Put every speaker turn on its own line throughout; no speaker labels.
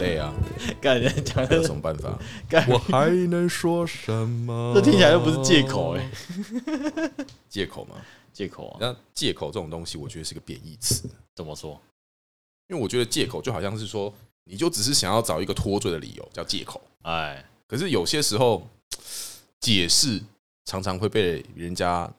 累啊，
干人讲
有
的
什么办法？
干，
我还能说什么？
这听起来又不是借口哎、
借口嘛。
借口啊？
那借口这种东西，我觉得是个贬义词，
怎么说？
因为我觉得借口就好像是说，你就只是想要找一个脱罪的理由叫借口。
哎，
可是有些时候，解释常常会被人家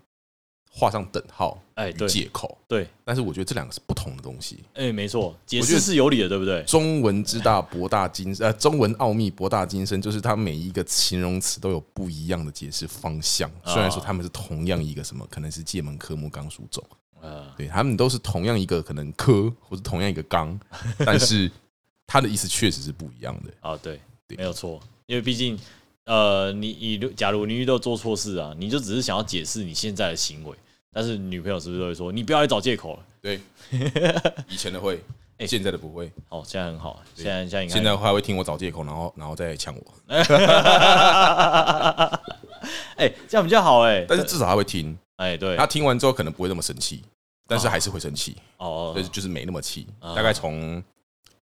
画上等号
哎
与
对
借口。
对，
但是我觉得这两个是不同的东西。
哎、没错，解
我觉得
释是有理的，对不对？
中文之大，博大精呃，中文奥秘，博大精深，就是它每一个形容词都有不一样的解释方向。
啊
虽然说他们是同样一个什么，可能是界门科目纲属种，
呃，
对他们都是同样一个可能科或是同样一个 纲，但是它的意思确实是不一样的。
啊，对，
对
没有错，因为毕竟，呃，你你假如你遇到做错事啊，你就只是想要解释你现在的行为，但是女朋友是不是都会说你不要来找借口了？
对，以前的会，
哎
现在的不会，
哦，现在很好，
对
现在现在应该
现在还会听我找借口，然后然后再呛我。
哎、这样比较好哎、
但是至少他会听，
哎、对，啊
他听完之后可能不会那么生气，但是还是会生气，
哦
所以就是没那么气，
啊
大概从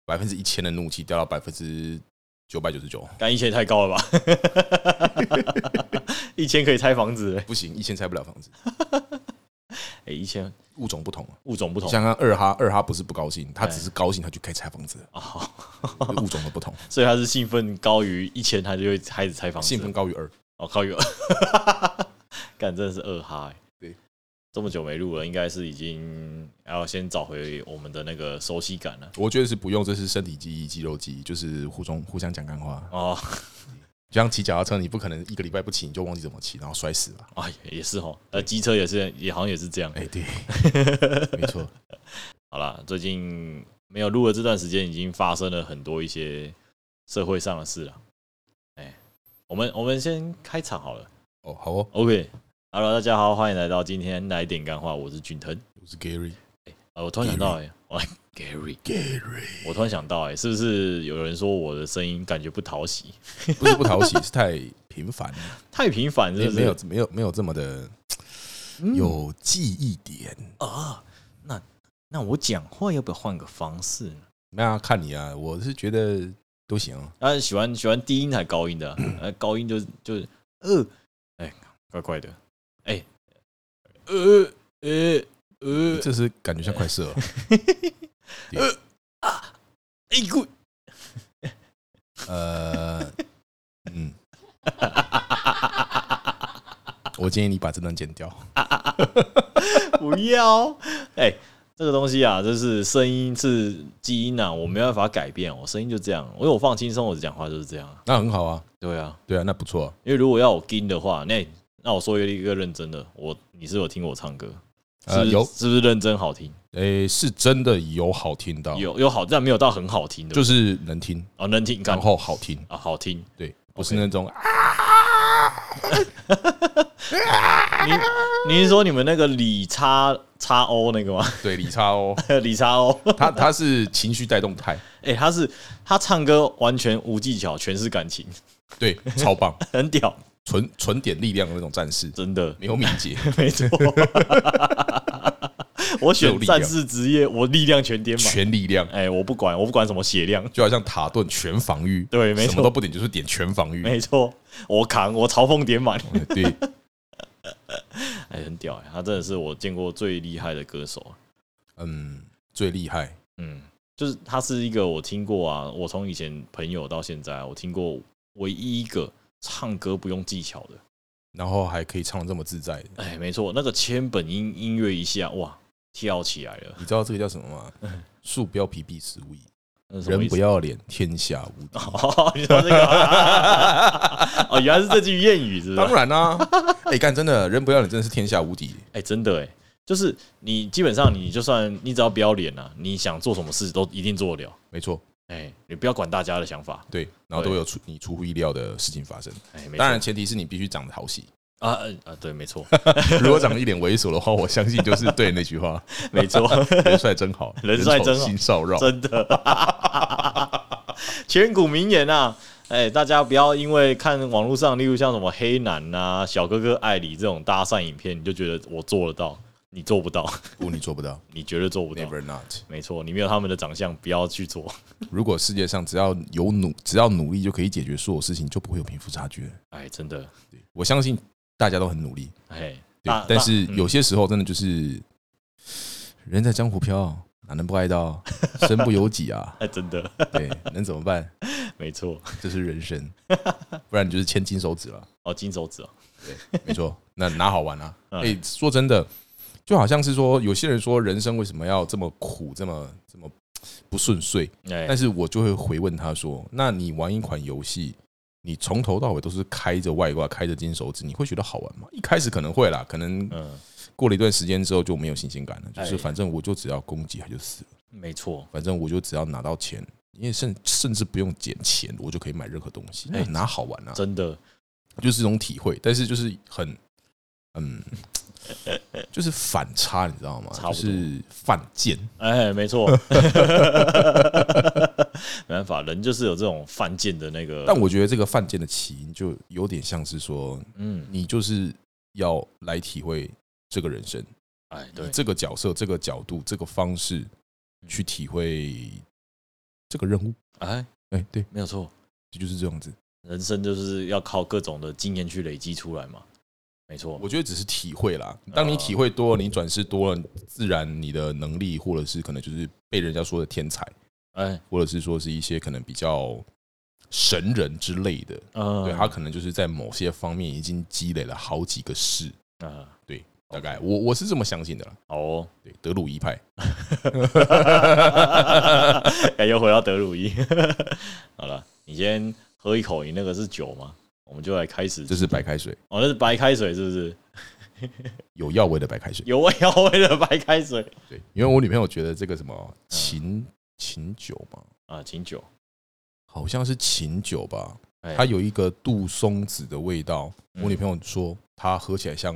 百分之一千的怒气掉到百分之九百九十九，
干一千也太高了吧？ 一千可以拆房子、欸，
不行，一千拆不了房子，
哎、一千
物种不同。啊
物种不同
像刚二哈，二哈不是不高兴，他
对
只是高兴，他就可以拆房子了，
啊、 好
物种的不同，
所以他是兴奋高于一千，他就会开始拆房子。
兴奋高于二。
哦，高于二， 干真的是二哈、欸。
对，
这么久没录了，应该是已经要先找回我们的那个熟悉感了。
我觉得是不用，这是身体记忆、肌肉记忆，就是互中互相讲干话。
哦，
就像骑脚踏车，你不可能一个礼拜不骑，你就忘记怎么骑，然后摔死了。
啊，也也是哦，呃，机车也是，也好像也是这样。
哎、对，没错。
好啦，最近没有录的这段时间，已经发生了很多一些社会上的事了。哎、我们我们先开场好了。
哦，好哦，
OK，Hello，、大家好，欢迎来到今天来点干话，我是俊腾。
我是 Gary。
啊，我突然想到、哎，我 Gary，
Gary
我突然想到、哎，是不是有人说我的声音感觉不讨喜，
不是不讨喜，是太频繁了，
太频繁，
没
是不是？
没有没有没有这么的
嗯
有记忆点。
啊。那那我讲话要不要换个方式呢？
那看你啊，我是觉得都行啊。
他喜欢喜欢低音还高音的啊、呃，高音就是就是呃，哎、怪怪的，哎、呃呃呃，
这是感觉像快射哦，
哎咕，
呃，嗯，我建议你把这段剪掉。
不要，哎、这个东西啊，就是声音是基因啊，我没办法改变，哦我声音就这样，因为我放轻松，我讲话就是这样啊，
那很好啊，
对啊，
对啊，那不错啊、
因为如果要我跟的话，那那我说一个认真的，我你是有听我唱歌，是
呃
不是
有
是不是认真好听？
诶、是真的有好听到，
有有好，但没有到很好听的，
哦就是是能听，
哦能听，
然
干
后好听，
啊好听，
对，不是那种啊
你是说你们那个理叉叉 O 那个吗？
对李叉哦，
理叉 O，
他他是情绪带动态，
哎、他是他唱歌完全无技巧，全是感情，
对，超棒，
很屌，
纯纯点力量的那种战士，
真的，
没有敏捷，
没错。我
有
选
力量
战士职业，我力量全点满。
全嗯力量，
哎、我不管，我不管什么血量，
就好像塔顿全防御，
对没错
什么都不点，就是点全防御，
没错，我扛，我嘲讽点 满。
对，
哎、很屌、哎，他真的是我见过最厉害的歌手。
嗯，最厉害，
嗯，就是他是一个我听过啊，我从以前朋友到现在啊，我听过唯一一个唱歌不用技巧的。
然后还可以唱的这么自在，
哎，没错，那个千本音音乐一下，哇，跳起来了，
你知道这个叫什么 吗？树标皮必死无疑，
那是什么
人
意
不
思？
要脸，天下无敌。
哦， 你说这个啊？哦，原来是这句谚语，是不是？
当然啦、 哎、干真的，人不要脸真的是天下无敌。
哎，真的哎，就是你基本上你就算你只要不要脸啊，你想做什么事都一定做得了。
没错，
哎，你不要管大家的想法。
对，然后都会有出你出乎意料的事情发生。
哎，没错
当然，前提是你必须长得讨喜。
啊呃啊，对，没错，
如果长得一脸猥琐的话，我相信就是 对那句话：
没错，
人帅真好，
人帅真好
人丑心少扰。
真的，千古名言啊！哎，大家不要因为看网络上，例如像什么黑男呐、小哥哥艾里这种搭讪影片，你就觉得我做得到，你做不到，
不，你做不到
你绝对做不到。
，never not。
没错，你没有他们的长相，不要去做。
如果世界上只要有努，只要努力就可以解决所有事情，就不会有贫富差距了。
哎，真的，
我相信大家都很努力，
哎，
对
那，
但是
那嗯
有些时候真的就是人在江湖飘，哪能不挨 刀？身不由己啊，
哎，真的，
对，能怎么办？
没错。
这是人生， 不然你就是千金手指了。
哦，金手指哦，
没错，那哪好玩啊？
嗯
哎、说真的，就好像是说，有些人说人生为什么要这么苦，这么这么不顺遂？
哎
但，是我就会回问他说：“那你玩一款游戏，你从头到尾都是开着外挂、开着金手指，你会觉得好玩吗？一开始可能会啦，可能
嗯，
过了一段时间之后就没有新鲜感了。就是
哎
反正我就只要攻击他就死了，
没错，
反正我就只要拿到钱，因为甚甚至不用捡钱，我就可以买任何东西，
哎
那哪好玩啊？
真的，
就是这种体会，但是就是很，嗯， 就是反差，你知道吗？
差
就
不多
是犯贱，
哎，没错，没办法，人就是有这种犯贱的那个，
但我觉得这个犯贱的起因就有点像是说，
嗯，
你就是要来体会这个人生，
哎，对嗯
以，这个角色、这个角度、这个方式去体会这个任务。
哎，
哎，对，
没有错，
这就是这样子。
人生就是要靠各种的经验去累积出来嘛，没错，
我觉得只是体会啦，当你
啊
体会多了，你转世多了，自然你的能力或者是可能就是被人家说的天才，
哎，
或者是说是一些可能比较神人之类的，
嗯，
对他可能就是在某些方面已经积累了好几个世，
嗯，
大概我我是这么相信的啦。
好 哦，
对，德鲁伊派，
哎，又回到德鲁伊， 好了，你先喝一口，你那个是酒吗？我们就来开始
这，是白开水，
哦，那是白开水是不是？
有药味的白开水。
有味有味的白开水
对，因为我女朋友觉得这个什么琴琴酒嘛，
啊，请酒，
好像是琴酒吧，
哎
它有一个杜松子的味道。
嗯
我女朋友说，她喝起来像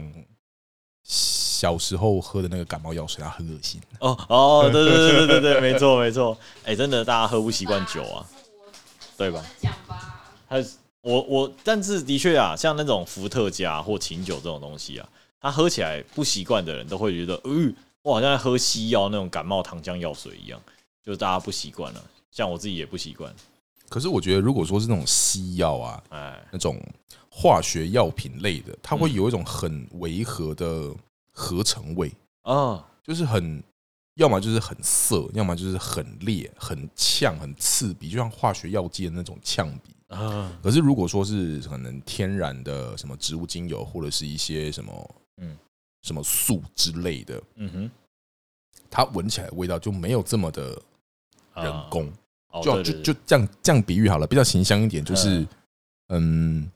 小时候喝的那个感冒药水，她很恶心。
哦哦，对对对对对 对，没错没错。哎、真的，大家喝不习惯酒啊。对吧？
讲吧，
还是我我，但是的确啊，像那种伏特加或琴酒这种东西啊，它喝起来不习惯的人都会觉得，嗯、我好像在喝西药那种感冒糖浆药水一样，就是大家不习惯了。像我自己也不习惯，
可是我觉得，如果说是那种西药啊，
哎，
那种化学药品类的，它会
嗯
有一种很违和的合成味，
哦，
就是很，要么就是很涩，要么就是很烈、很呛、很刺鼻，就像化学药剂的那种呛鼻。
啊，
可是如果说是可能天然的什么植物精油，或者是一些什么
嗯
嗯什么素之类的，
嗯
它闻起来的味道就没有这么的
哼，
人
啊，
工。
哦，
就
对
就
对
就这样这样比喻好了，比较形象一点，就是
嗯
嗯，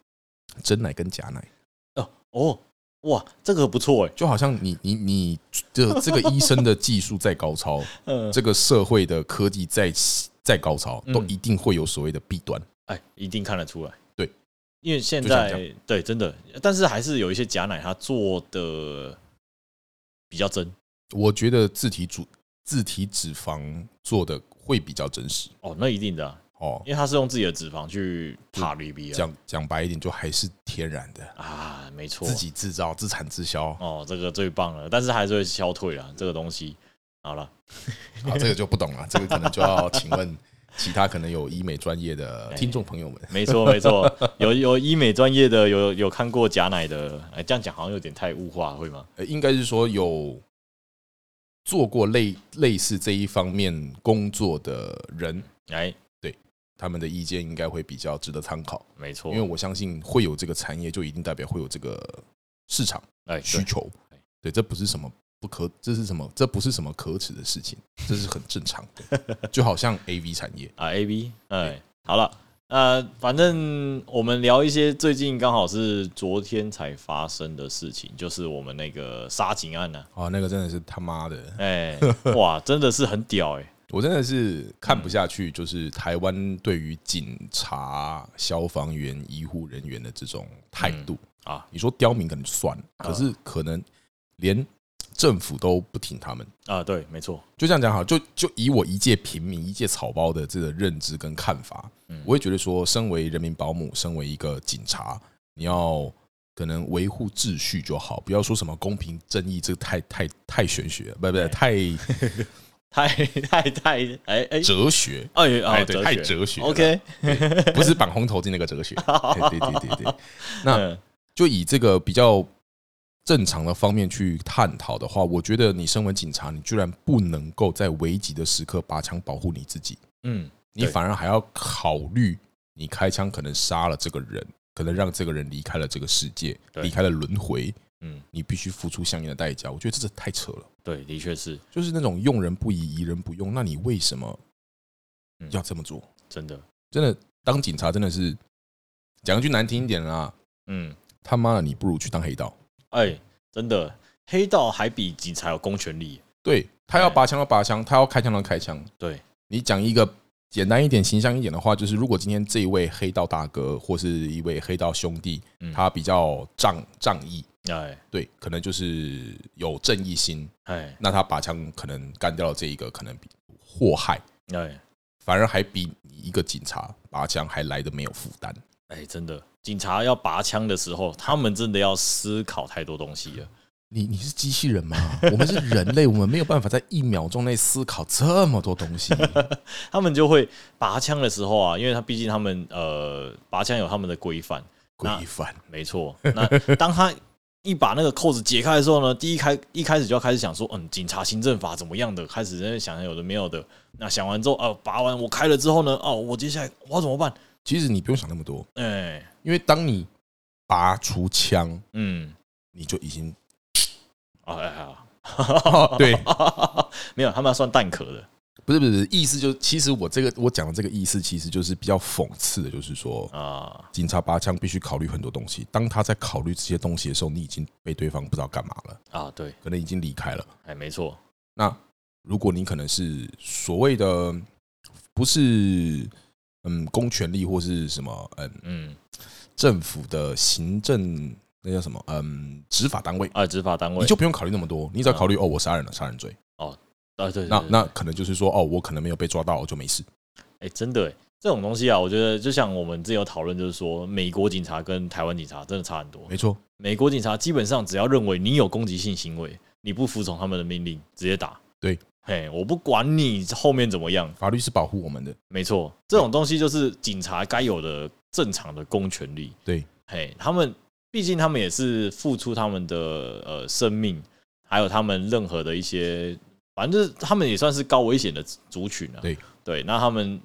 真奶跟假奶。
对哦哦，哇，这个不错哎，
就好像你你你的这个医生的技术再高 超，
嗯，
这个社会的科技再再高超，
嗯
都一定会有所谓的弊端。
哎，一定看得出来。
对，
因为现
就像这
在对真的，但是还是有一些假奶它做的比较真
我觉得自体组自体脂肪做的会比较真实
哦，那一定的啊、
哦
因。为它是用自己的脂肪去塔 B B 啊
讲讲白一点，就还是天然的，
啊，没错
自，己制造、自产自销啊，
哦，这个最棒了，但是还是会消退啊，这个东西。好了，
这个就不懂了，这个可能就要请问其他可能有医美专业的听众朋友们。
没错没 错，有有医美专业的，有有看过假奶的，哎，这样讲好像有点太物化，会吗？
呃，应该是说有做过类类似这一方面工作的人，
哎，
他们的意见应该会比较值得参考，
没错
因为，我相信会有这个产业，就一定代表会有这个市场
哎，对
需求。对，这不是什么不可，这是什么？这不是什么可耻的事情，这是很正常的，就好像 A V 产业。
啊，A B，哎，好了，呃，反正我们聊一些最近刚好是昨天才发生的事情，就是我们那个杀警案呢、
啊，那个真的是他妈的，
哎、哇，真的是很屌哎、
我真的是看
嗯
不下去，就是台湾对于警察、消防员、医护人员的这种态度
啊
你说刁民可能就算了，
啊
可是可能连政府都不挺他们。
啊，对，没错，
就这样讲好，就就以我一介平民、一介草包的这个认知跟看法，
嗯
我会觉得说，身为人民保姆，身为一个警察，你要可能维护秩序就好，不要说什么公平正义，这个太太太玄学，不不太
太太太，哎哎
哲学，
哎
哎
啊，
对，太哲学了
OK，
不是绑红头巾那个哲 学，对对对对对。那
嗯
就以这个比较正常的方面去探讨的话，我觉得你身为警察，你居然不能够在危急的时刻拔枪保护你自己，
嗯，
你
对
反而还要考虑你开枪可能杀了这个人，可能让这个人离开了这个世界，
对
离开了轮回，
嗯，
你必须付出相应的代价。我觉得这太扯了，
对，的确是
就是那种用人不疑，疑人不用。那你为什么
嗯
要这么做？
真的，
真的，当警察真的是讲一句难听一点啦，
嗯，
他妈的，你不如去当黑道。
哎，真的，黑道还比警察有公权力，
对他要
对
拔枪要拔枪，他要开枪要开枪。
对，
你讲一个简单一点、形象一点的话，就是如果今天这一位黑道大哥或是一位黑道兄弟，
嗯
他比较仗仗义，
哎
对，可能就是有正义心，
哎
那他拔枪可能干掉了这一个可能比祸害，
哎
反而还比你一个警察拔枪还来的没有负担。
哎，真的，警察要拔枪的时候，他们真的要思考太多东西了。
你你是机器人吗？我们是人类，我们没有办法在一秒钟内思考这么多东西。
他们就会拔枪的时候啊，因为他毕竟他们呃拔枪有他们的规范，
规范，
没错。 那当他一把那个扣子解开的时候呢，第一开一开始就要开始想说，嗯，警察行政法怎么样的，开始在那想有的没有的。那想完之后，哦、拔完我开了之后呢，哦，我接下来我要怎么办？
其实你不用想那么多，
哎、
因为当你拔出枪，
嗯，
你就已经
啊哎呀，
对，
没有，他们要算蛋壳的，
不是不是不是意思就其实我这个我讲的这个意思其实就是比较讽刺的，就是说
啊，
警察拔枪必须考虑很多东西，当他在考虑这些东西的时候，你已经被对方不知道干嘛了，
啊，对，
可能已经离开了。
哎，没错，
那如果你可能是所谓的不是嗯公权力或是什么嗯
嗯，
政府的行政那叫什么嗯执法单位，
啊，执法单位
你就不用考虑那么多，你只要考虑哦我杀人了杀人罪，
啊，嗯对，对
那
对
那可能就是说哦我可能没有被抓到我就没事。
哎、真的哎、这种东西啊，我觉得就像我们之前有讨论，就是说美国警察跟台湾警察真的差很多。
没错，
美国警察基本上只要认为你有攻击性行为，你不服从他们的命令，直接打。
对，
嘿，我不管你后面怎么样，
法律是保护我们的。
没错，这种东西就是警察该有的正常的公权力。
对，
嘿，他们毕竟他们也是付出他们的呃生命，还有他们任何的一些，反正就是他们也算是高危险的族群啊。
对
对，那他们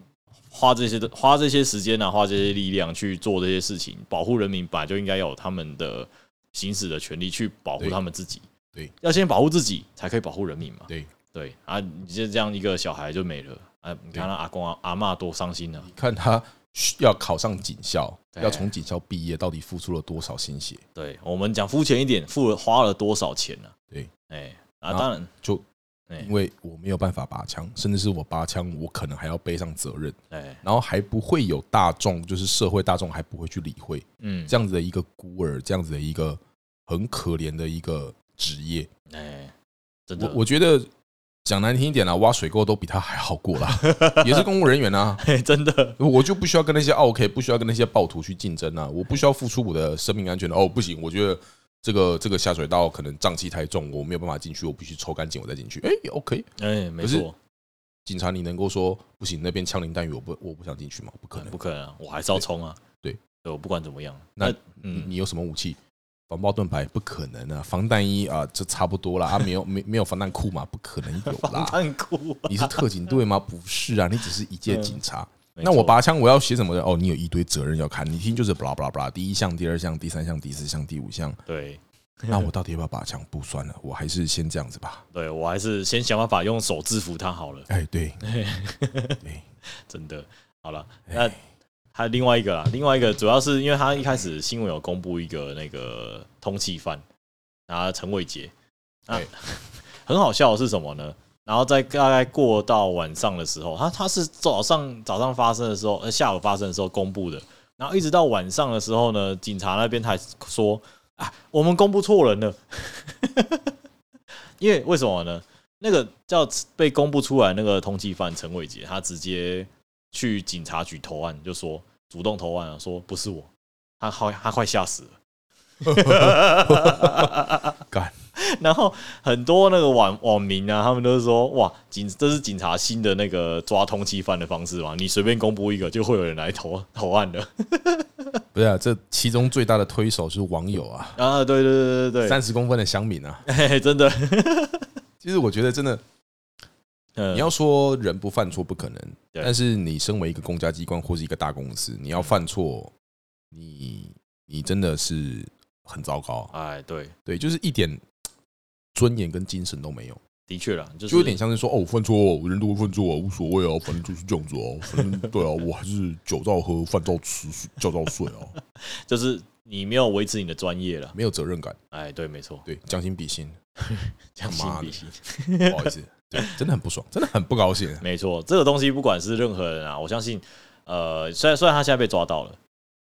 花这些的花这些时间啊，花这些力量去做这些事情，保护人民本来就应该有他们的行使的权利去保护
对
他们自己。
对，
要先保护自己，才可以保护人民嘛。
对
对啊，你就这样一个小孩就没了。啊！你
嗯对
看他阿公啊、阿嬷多伤心啊！
你看他需要考上警校，
对
要从警校毕业，到底付出了多少心血？
对我们讲肤浅一点，付了花了多少钱呢、啊？
对，
哎、
然
啊，
后
当然，
就
哎
因为我没有办法拔枪，甚至是我拔枪，我可能还要背上责任，
哎、
然后还不会有大众，就是社会大众还不会去理会
嗯，
这样子的一个孤儿，这样子的一个很可怜的一个职业。
哎、真的
我，我觉得讲难听一点啦，挖水沟都比他还好过 啦，也是公务人员啊。
嘿 真的，
我就不需要跟那些 OK，不需要跟那些暴徒去竞争啊！我不需要付出我的生命安全的哦，不行，我觉得这个这个下水道可能瘴气太重，我没有办法进去，我必须抽干净我再进去。哎、o k
哎、没
可是
错，
警察你能够说不行，那边枪林弹雨，我不我不想进去吗？不可能
不，可能、啊，我还是要冲啊！
对，
对我不管怎么样，
那你
嗯，
你有什么武器？防爆盾牌不可能啊，防弹衣啊，这差不多啦啊，没有没没有防弹裤嘛，不可能有
防
啦。
弹裤、啊，
你是特警队吗？不是啊，你只是一介警察。
没
那我
错，
拔枪我要写什么的？哦，你有一堆责任要看，你听就是 blah blah blah，第一项、第二项、第三项、第四项、第五项。
对
那我到底要不要拔枪？不算了，我还是先这样子吧。
对，我还是先想办法用手制服他好了，
哎，对，对，
真的，好了，那
哎，
还有另外一个啦，另外一个主要是因为他一开始新闻有公布一个那个通缉犯，然后陈伟杰，啊
对，
很好笑的是什么呢？然后在大概过到晚上的时候，他他是早上早上发生的时候，呃下午发生的时候公布的，然后一直到晚上的时候呢，警察那边还说啊，我们公布错人了， 因为为什么呢？那个叫被公布出来那个通缉犯陈伟杰，他直接去警察局投案，就说主动投案啊，说不是我，他快他快吓死了。
干！
然后很多那个网网民啊，他们都是说哇，警这是警察新的那个抓通缉犯的方式嘛，你随便公布一个，就会有人来投投案的
不是啊，这其中最大的推手是网友啊，
啊！对对对 对 对，
三十公分的乡民啊。
哎，真的，
其实我觉得真的，
你
你要说人不犯错不可能，
嗯对
但是你身为一个公家机关或是一个大公司，你要犯错，你你真的是很糟糕啊。
哎，对，
对，就是一点尊严跟精神都没有，
的确啦，就是
就有点像是说哦，我犯错哦，我人都会犯错啊，无所谓啊，反正就是这样子哦，反正对啊，我还是酒照喝，饭照吃，觉照睡啊，
就是你没有维持你的专业 了。
没有责任感。
哎，对，没错，
对，将心比心，
将心
妈的
比心，
不好意思，对，真的很不爽，真的很不高兴。
没错，这个东西不管是任何人啊，我相信，呃，虽然虽然他现在被抓到了，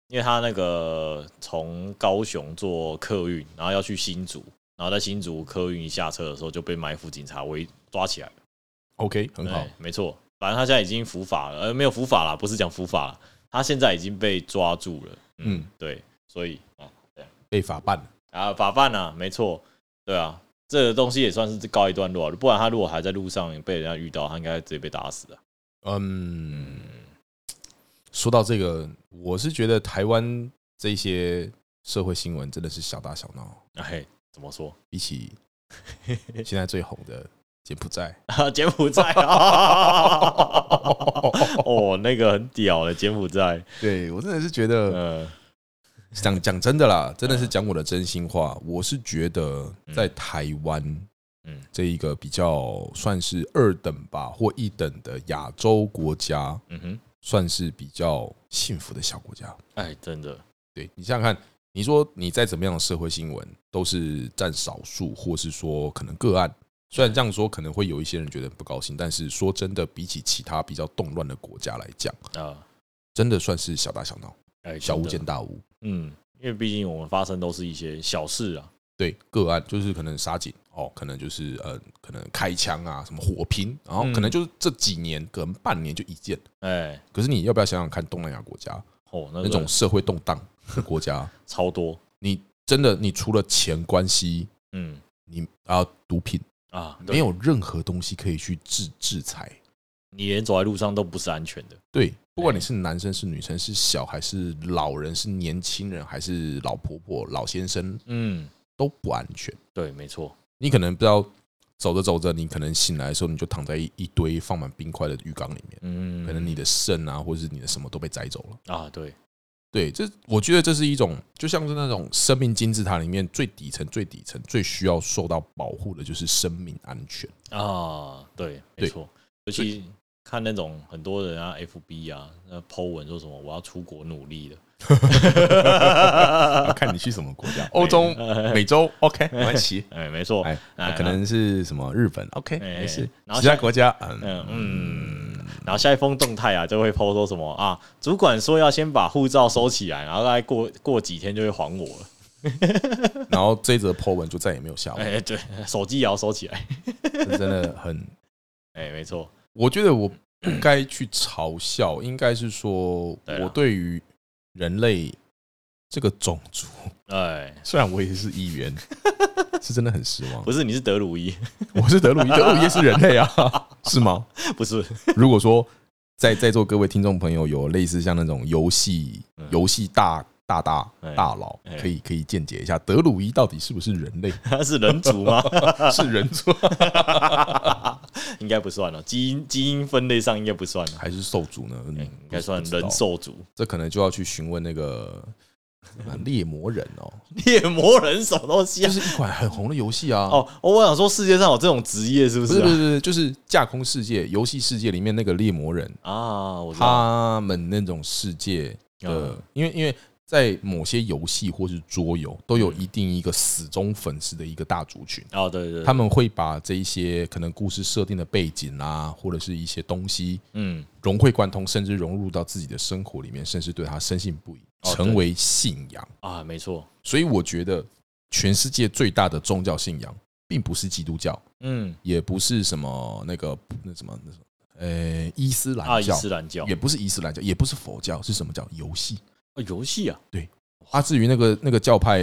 因为他那个从高雄坐客运，然后要去新竹，然后在新竹客运一下车的时候就被埋伏警察围抓起来了。
OK，很好
对，，没错，反正他现在已经伏法了，呃，没有伏法啦，不是讲伏法啦，他现在已经被抓住了。嗯，
嗯
对，所以啊，对。
被法办了，
啊，法办啊，没错，对啊，这个东西也算是告一段落啊，不然他如果还在路上被人家遇到，他应该直接被打死啊。
嗯
嗯。，
说到这个，我是觉得台湾这些社会新闻真的是小打小闹，
哎，怎么说？
比起现在最红的柬埔寨，
啊， 柬埔寨啊，哦，那个很屌的柬埔寨，
对我真的是觉得
嗯、
讲讲真的啦，真的是讲我的真心话，我是觉得在台湾，
嗯
嗯，这一个比较算是二等吧或一等的亚洲国家，
嗯哼，
算是比较幸福的小国家。
哎，真的，
对你想想看，你说你再怎么样的社会新闻都是占少数，或是说可能个案。虽然这样说可能会有一些人觉得很不高兴，但是说真的，比起其他比较动乱的国家来讲，
啊，
真的算是小打小闹、
哎，
小巫
真
见
的，
大巫。
嗯，因为毕竟我们发生都是一些小事啊，
对个案就是可能杀警哦，可能就是呃，可能开枪啊，什么火拼，然后可能
嗯
就是这几年可能半年就一件。
哎，
可是你要不要想想看，东南亚国家
哦，那
那
个
种社会动荡的国家，
超多，
你真的你除了钱关系，
嗯
你啊毒品。
啊，对
没，有任何东西可以去制制裁。
你连走在路上都不是安全的，
对，不管你是男生是女生，是小孩是老人，是年轻人还是老婆婆、老先生，
嗯，
都不安全。
对，没错，
你可能不知道，走着走着，你可能醒来的时候，你就躺在一一堆放满冰块的浴缸里面，
嗯，
可能你的肾啊，或者是你的什么都被摘走了。
啊，对，
对，这我觉得这是一种，就像是那种生命金字塔里面最底层、最底层、最需要受到保护的，就是生命安全。
啊，对，没
对
错，尤
所
其看那种很多人啊，FB 啊，那 Po 文说什么我要出国努力的，
啊看你去什么国家， 欧洲、
哎
美 洲，OK，没关系。
哎，没错，
哎，
哎
那可能是什么日本？OK，
哎
没事。
然后
其他
下
国家，
嗯
嗯
嗯
嗯，
然后下一封动态啊，就会 Po 说什么啊，主管说要先把护照收起来，然后大概过过几天就会还我了，
然后这则 po 文就再也没有下文，
哎，对，手机也要收起来，
这真的很，
哎，没错，
我觉得我不该去嘲笑，应该是说
对啊
我对于人类这个种族，
哎，
虽然我也是一 员，是真的很失望
不。是你是德鲁伊，
我是德鲁伊，德鲁伊是人类 啊，是吗？
不是，
如果说在在座各位听众朋友有类似像那种游戏
嗯
游戏大大大
哎
大佬
哎，
可以可以见解一下，德鲁伊到底是不是人 类？
他是人族吗？
是人族
应该不算了，基因基因分类上应该不算了。
还是兽族呢？嗯
哎应该算
不知道
人兽族，
这可能就要去询问那个呃猎魔人哦，
猎魔人什么东西
就
啊？
是一款很红的游戏啊。
哦，我想说世界上有这种职业是不
不是
是啊
不是不是，就是架空世界游戏世界里面那个猎魔人，
啊？我知道，
他们那种世界的
嗯，
因为因为。在某些游戏或是桌游，都
嗯
有一定一个死忠粉丝的一个大族群，
哦，对对对，
他们会把这一些可能故事设定的背景啊，或者是一些东西，
嗯，
融会贯通，甚至融入到自己的生活里面，甚至对他深信不疑，
哦对
成为信仰。
啊，没错，
所以我觉得，全世界最大的宗教信仰并不是基督教，
嗯，
也不是什么那个那什么那什么，呃，伊斯
啊，
兰
伊
教，
斯兰教
也不是伊斯兰教，也不是佛教，是什么教？游戏。
啊游戏啊，
啊，至于那个那个教派，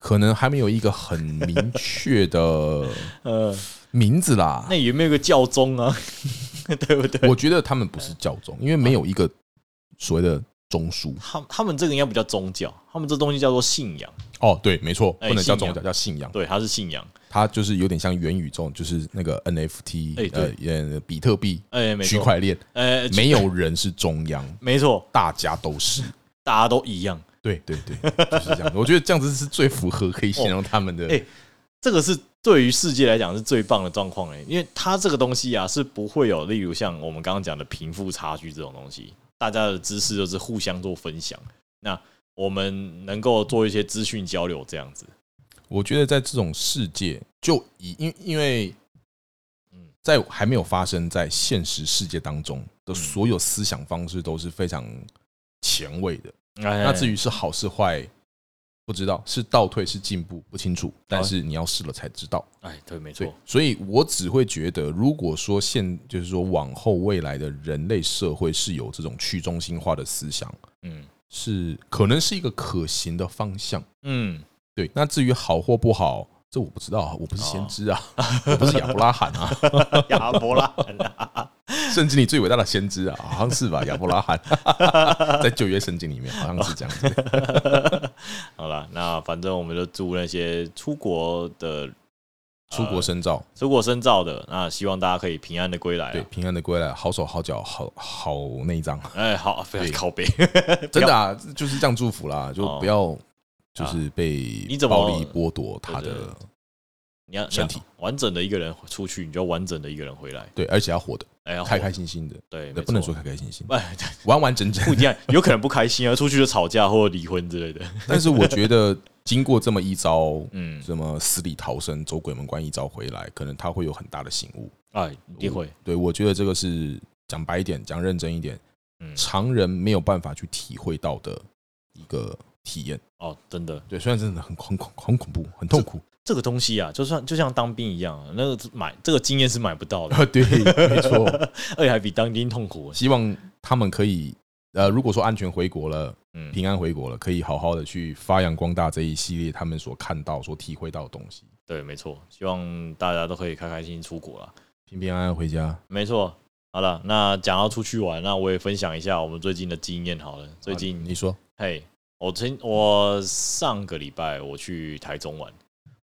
可能还没有一个很明确 的
呃，
名字啦
那。有没有个教宗啊？ 对不对？
我觉得他们不是教
哎
宗，因为没有一个所谓的中枢。
他他们这个应该不叫宗教，他们这东西叫做信仰，
哦，对，没错，
哎
不能叫
信
宗
仰
教，叫信仰。
对，它是信仰。
它就是有点像元宇宙，就是那个 NFT，
哎对
呃，呃比特币
哎、没
区
错，
块链，
哎、
没有人是中央，
没错，
大家都是。
大家都一样。
对对对，就是这样。我觉得这样子是最符合可以形容他们的。
哎这个是对于世界来讲是最棒的状况哎，因为它这个东西啊是不会有，例如像我们刚刚讲的贫富差距这种东西，大家的知识就是互相做分享。那我们能够做一些资讯交流，这样子，
我觉得在这种世界，就以因因为
嗯，
在还没有发生在现实世界当中的
嗯
所有思想方式都是非常前卫的。
那
那至于是好是坏，不知道，是倒退是进步不清楚，但是你要试了才知道。
哎，对，没
对
错，，
所以我只会觉得，如果说现就是说往后未来的人类社会是有这种去中心化的思想，
嗯
是可能是一个可行的方向。
嗯，
对，那至于好或不好，这我不知道啊，我不是先知啊，
哦
我不是亚伯拉罕 啊，
亚伯拉罕啊，
圣经里最伟大的先知啊，好像是 吧？亚伯拉罕 在旧约圣经里面好像是这样
呃
子。
好了，那反正我们就祝那些出国的
出国深造，
出国深造的，那希望大家可以平安的归来、
对，
啊。
平安的归来，好手好脚，好好内脏，
哎，好， 不要
对
靠背，
真的啊，就是这样祝福啦，就
哦啊
不要就是被
你怎么
暴力剥夺他
对
的，
你要你要
身体
完整的一个人出去，你就要完整的一个人回来。
对，而且要活得
哎，要
开
活
开心心的，
对，没
不能
错
说，开开心 心，
哎，
完完整整
不。一样，有可能不开心啊，出去就吵架或离婚之类的。
但 是啊我觉得经过这么一招，
嗯，
什么死里逃生、走鬼门关一招回来，可能他会有很大的醒悟。
哎，一定会，
对我觉得这个是讲白一点、讲认真一点，
嗯，
常人没有办法去体会到的一个体验。
哦，真的，
对，虽然真的很恐恐很恐怖、很痛苦，
这个东西啊，就算就像当兵一样啊，那个买这个经验是买不 到的，
对，没错。
而且还比当兵痛苦。
希望他们可以，呃，如果说安全回国了、
嗯，
平安回国了，可以好好的去发扬光大这一系列他们所看到、所体会到的东西，
对，没错，希望大家都可以开开心心出国啦。
平平安安回家。
没错，好了，那讲到出去玩，那我也分享一下我们最近的经验好了。最近
啊你 说
嘿，我前我上个礼拜我去台中玩，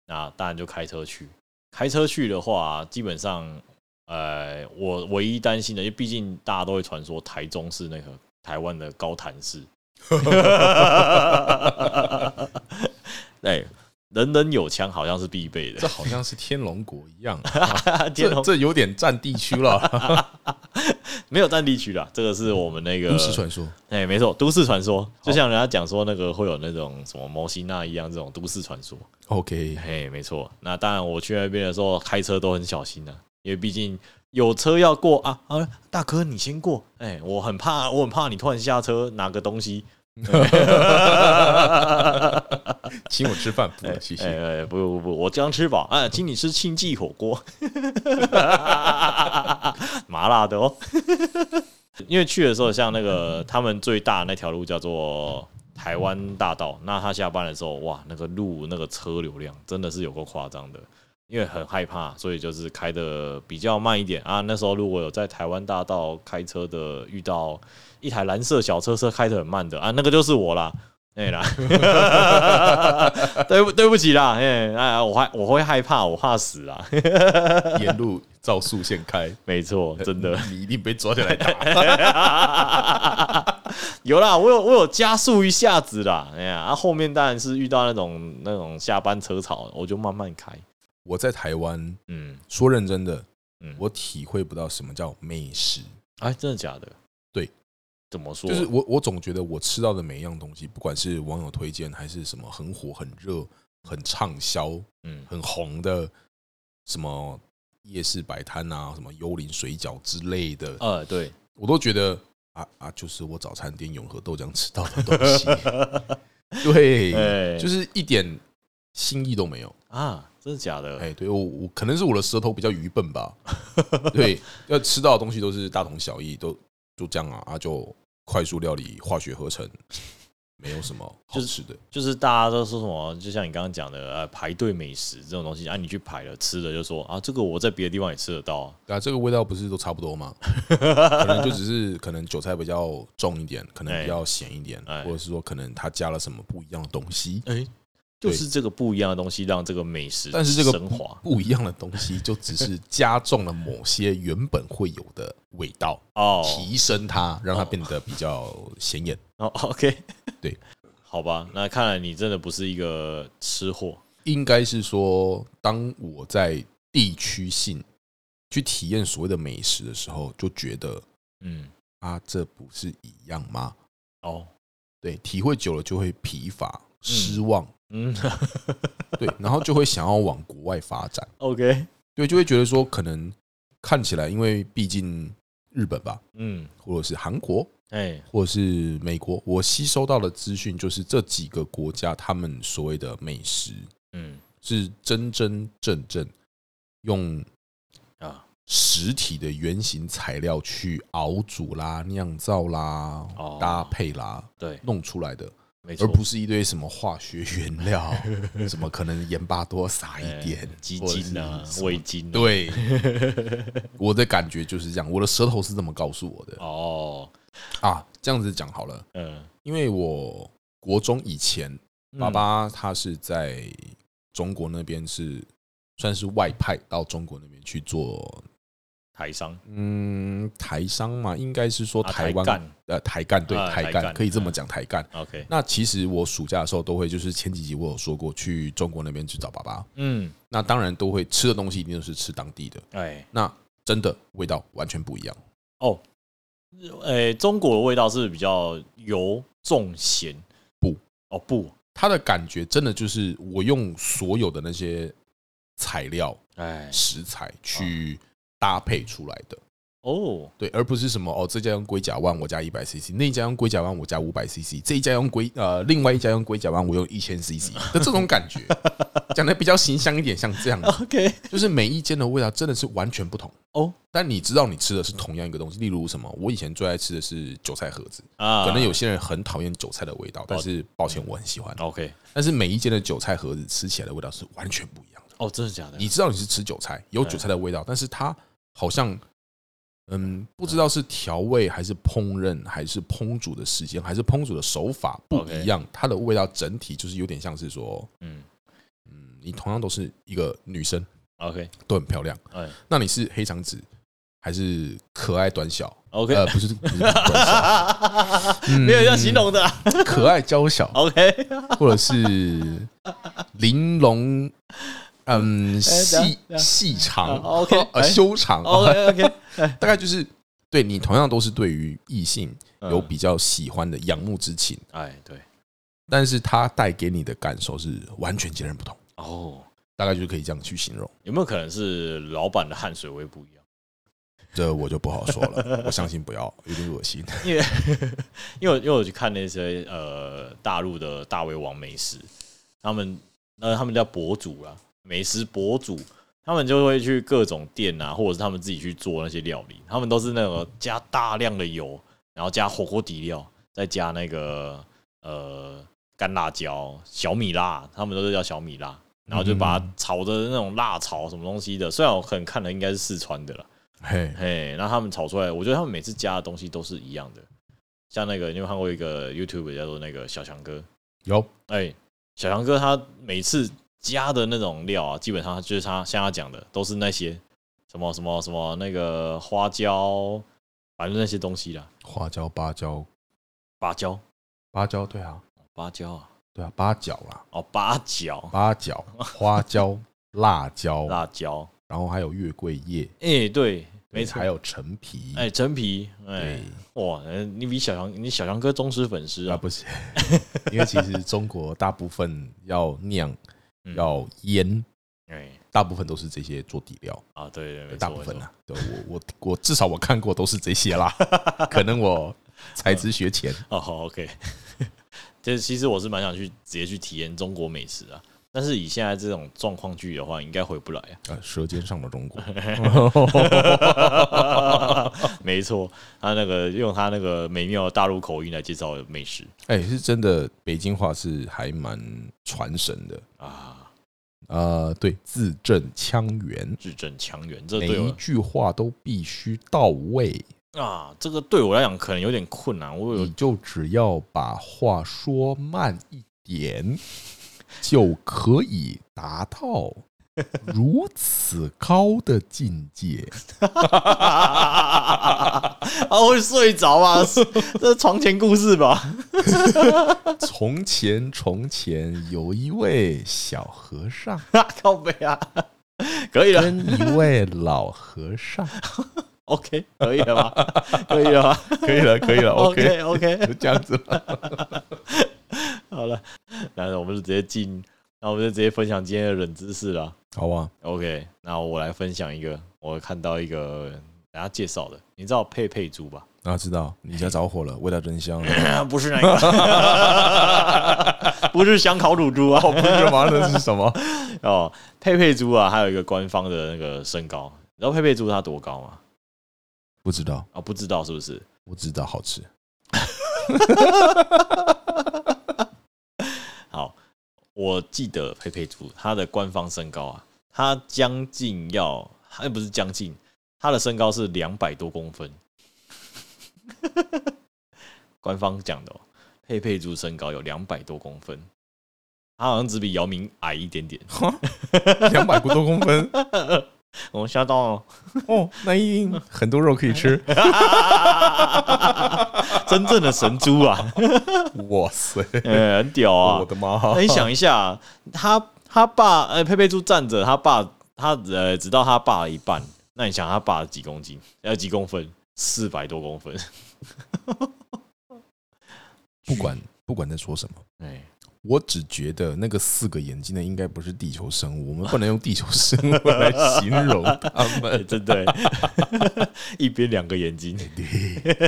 那当然就开车去。开车去的话，基本上，呃，我唯一担心的，因为毕竟大家都会传说台中是那个台湾的高潭市， 对，人人有枪好像是必备
这
的。
好像是天龙国一样，啊
天
这
龙
这有点占地区 了。
没有占地区啦，这个是我们那个
都市嗯传说，
哎、没错，都市传说，就像人家讲说那个会有那种什么摩西娜一样，这种都市传说。
OK，
嘿，没错。那当然，我去那边的时候开车都很小心的、啊因为毕竟有车要过啊啊，大哥你先过。哎、我很怕，我很怕你突然下车拿个东西。
请我吃饭，不
哎
了，谢
哎
谢。
哎不不不，我刚吃饱啊，请你吃庆记火锅， 麻辣的哦。因为去的时候，像那个他们最大的那条路叫做台湾大道，那他下班的时候，哇，那个路那个车流量真的是有够夸张的。因为很害怕，所以就是开的比较慢一点啊。那时候如果有在台湾大道开车的，遇到一台蓝色小车车开的很慢的啊，那个就是我啦，哎啦， 对不对不起啦，哎哎，我还我会害怕，我怕死啦，
沿路照速现开，
没错， 真的。
你一定被抓起来打。
有啦，我有我有加速一下子啦，哎呀，啊后面当然是遇到那种那种下班车潮，我就慢慢开，
我在台湾，
嗯
说认真的，
嗯，
我体会不到什么叫美食。
哎真的假的？
对，
怎么说？
就是我，我总觉得我吃到的每一样东西，不管是网友推荐还是什么很火、很热、很畅销、
嗯
很红的什么夜市摆摊啊、什么幽灵水饺之类的，
呃对，
我都觉得啊啊，就是我早餐店永和豆浆吃到的东 西，对，
哎
就是一点新意都没有。
啊，真的假的？
哎，对我我可能是我的舌头比较愚笨吧，对，要吃到的东西都是大同小异，都就这样啊啊，就快速料理、化学合成，没有什么好吃的。
就是大家都说什么，就像你刚刚讲的，呃，排队美食这种东西啊，你去排了吃了，就说啊，这个我在别的地方也吃得到啊、
啊，这个味道不是都差不多吗？可能就只是可能韭菜比较重一点，可能比较咸一点，
哎
或者是说可能它加了什么不一样的东西。
哎、就是这个不一样的东西，让这个美食
但是这个
升华
不一样的东西，就只是加重了某些原本会有的味道，
哦。
提升它，让它变得比较显眼。
哦，OK，
对，
好吧，那看来你真的不是一个吃货。
应该是说，当我在地区性去体验所谓的美食的时候，就觉得
嗯，
啊，这不是一样吗？
哦，
对，体会久了就会疲乏、失望，
嗯
对，然后就会想要往国外发展，
，OK，
对，就会觉得说，可能看起来，因为毕竟日本吧，
嗯，
或者是韩国，
哎、
或者是美国，我吸收到的资讯就是这几个国家他们所谓的美食
嗯
是真真正正用
啊，
实体的原型材料去熬煮啦、酿造啦、
哦
搭配啦
对，
弄出来的，
没错，
而不是一堆什么化学原 料，什么可能盐巴多撒
哎
一点、
鸡
或者
精啊
是什，么
味精、啊，，
对，我的感觉就是这样，我的舌头是这么告诉我的
哦，
啊。这样子讲好了，
嗯，
因为我国中以前，爸爸他是在中国那边是算是外派到中国那边去做，
台商，
嗯，台商嘛，应该是说
啊
台
台
湾、
干
呃台干对
啊
台
台干
干可以这么讲台干。
，OK，
那其实我暑假的时候都会，就是前几集我有说过去中国那边去找爸爸，
嗯，
那当然都会吃的东西一定都是吃当地的，
哎、
那真的味道完全不一样。
哦，诶、哎中国的味道是比较油重咸，
不，
哦不，
它的感觉真的就是我用所有的那些材料
哎，
食材去搭配出来的，
哦，
对，而不是什么哦，这家用龟甲湾，我加一百 CC，那一家用龟甲湾，我加五百 CC，这一家用龟呃，另外一家用龟甲湾，我用一千 CC 的这种感 觉，讲的比较形象一点，像这样子，
，OK，
就是每一间的味道真的是完全不同
哦。
但你知道你吃的是同样一个东西，例如什么？我以前最爱吃的是韭菜盒子，
啊，哦
可能有些人很讨厌韭菜的味道，但是抱歉，我很喜欢。
，OK，
但是每一间的韭菜盒子吃起来的味道是完全不一样的。
哦，真的假的？
你知道你是吃韭菜，有韭菜的味道，但是它好像，嗯，不知道是调味还是烹饪，还是烹煮的时间，还是烹煮的手法不
OK
一样，它的味道整体就是有点像是说，
嗯
嗯，你同样都是一个女生，
，OK，
都很漂亮，
哎
那你是黑长直还是可爱短小？
，OK，
呃，不是不是短 小，呃嗯
没有要形容的啊
可爱娇小，
，OK，
或者是 玲珑，嗯，
哎等一
细
下等一下
细长
啊，OK，
呃，
哎
修长，
，OK，OK，
大概就是对你同样都是对于异性 有
嗯
比较喜欢的仰慕之情，
哎，对，
但是它带给你的感受是完全截然不同，
哦，
大概就可以这样去形容。
有没有可能是老板的汗水味不一样？
这我就不好说 了，我相信不要有点恶心。
因为因为我因为我去看那些呃大陆的大胃王美食，他们呃他们叫博主啦，美食博主，他们就会去各种店啊，或者是他们自己去做那些料理，他们都是那个加大量的油，然后加火锅底料，再加那个呃干辣椒、小米辣，他们都是叫小米辣。然后就把它
嗯
炒的那种辣炒什么东西的，虽然我可能看的应该是四川的啦，
嘿，
嘿，那他们炒出来，我觉得他们每次加的东西都是一样的。像那个，你有没有看过一个 YouTube 叫做那个小强哥？
有
哎、小强哥他每次加的那种料啊，基本上就是他像他讲的，都是那些什么什么什么那个花椒，反正那些东西啦，
花椒、芭蕉、
芭蕉，
芭蕉，对啊，
芭蕉啊，
对啊，八角啦，
哦，八角，
八角、花椒、辣椒，
辣椒，
然后还有月桂叶，
哎、对，没错
还，有陈皮，
哎、陈皮，哎、
对。
哇，你比小强，你小强哥忠实粉丝
啊，
啊，
不 是，因为其实中国大部分要酿、
嗯
要腌，
哎、
大部分都是这些做底料，
啊，对对，没错，
大部
没
分
错
啊，对我我我至少我看过都是这些 啦，可能我才知学浅，
哦，好，OK。这其实我是蛮想去直接去体验中国美食啊，但是以现在这种状况剧的话，应该回不来啊。
啊，舌尖上的中国，
没错，他那个用他那个美妙的大陆口音来介绍美食
哎、是真的，北京话是还蛮传神的。
啊，
呃，对，字正腔圆，
字正腔圆，这
每
对
一
我
句话都必须到位，
啊，这个对我来讲可能有点困难。我 有
你就只要把话说慢一点， 就可以达到如此高的境界。
啊，会睡着啊，这是床前故事吧？
从前，从前有一位小和 尚
靠背啊， 可以了
跟一位老和尚，
，OK，可以了吧？可以了吧
可以了，可 以了
？OK OK，
就这样子吧。
好了，那我们就直接进，那我们就直接分享今天的冷知识啦。
好啊，
OK，那我来分享一个，我看到一个大家介绍的，你知道佩佩猪吧？
那知道你家着火了，味道真香。
不是那个， 不是香烤乳猪啊！
不是吗？那是什么？
哦，佩佩猪啊，还有一个官方的那个身高，你知道佩佩猪它多高吗？
不知道，
啊、不知道是不是？
我知道好吃。
好，我记得佩佩猪它的官方身高啊，它将近要，哎，不是将近，它的身高是两百多公分。 官方讲的、哦，佩佩猪身高有两百多公分，它好像只比姚明矮一点点。
两百多公分
我吓到了，
哦，那一定很多肉可以吃。
真正的神猪 啊，
哇塞，
呃，很屌啊！
我的妈！
那你想一下，他他爸呃，佩佩猪站着，他爸他呃，只到他爸的一半。那你想他爸几公斤？呃，几公分？四百多公分。
不管不管在说什么，
哎，
我只觉得那个四个眼睛的应该不是地球生物，我们不能用地球生物来形容它
哎
们。
真的， 一边两个眼睛。
对，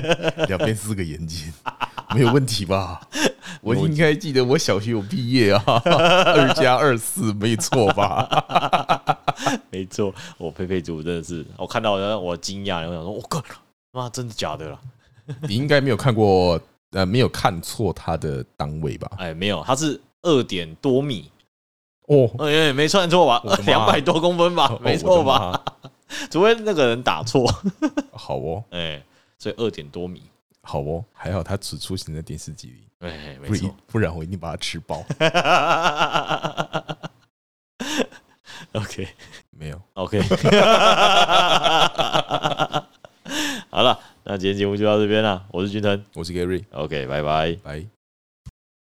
两边四个眼睛，没有问题吧？ 我应该记得我小学有毕业啊， 二加二四没错吧？
没错，我佩佩猪真的是，我看到我我惊讶，然后想说，我靠，妈真的假的啦？
你应该没有看过，呃，没有看错它的单位吧？
哎，没有，它是二点多米，
哦，
哎、哎没算错吧
我的？
两
妈
百多公分 吧？没错吧？
哦？
除非那个人打错，
我的妈好哦，
哎、所以二点多米，
好哦，还好它只出现在电视机里，
哎、没
不
错
然。不然我一定把它吃爆。
OK
没有，
OK，好了，那今天节目就到这边了，我是君腾
我是 Gary，
，OK，拜拜。
拜。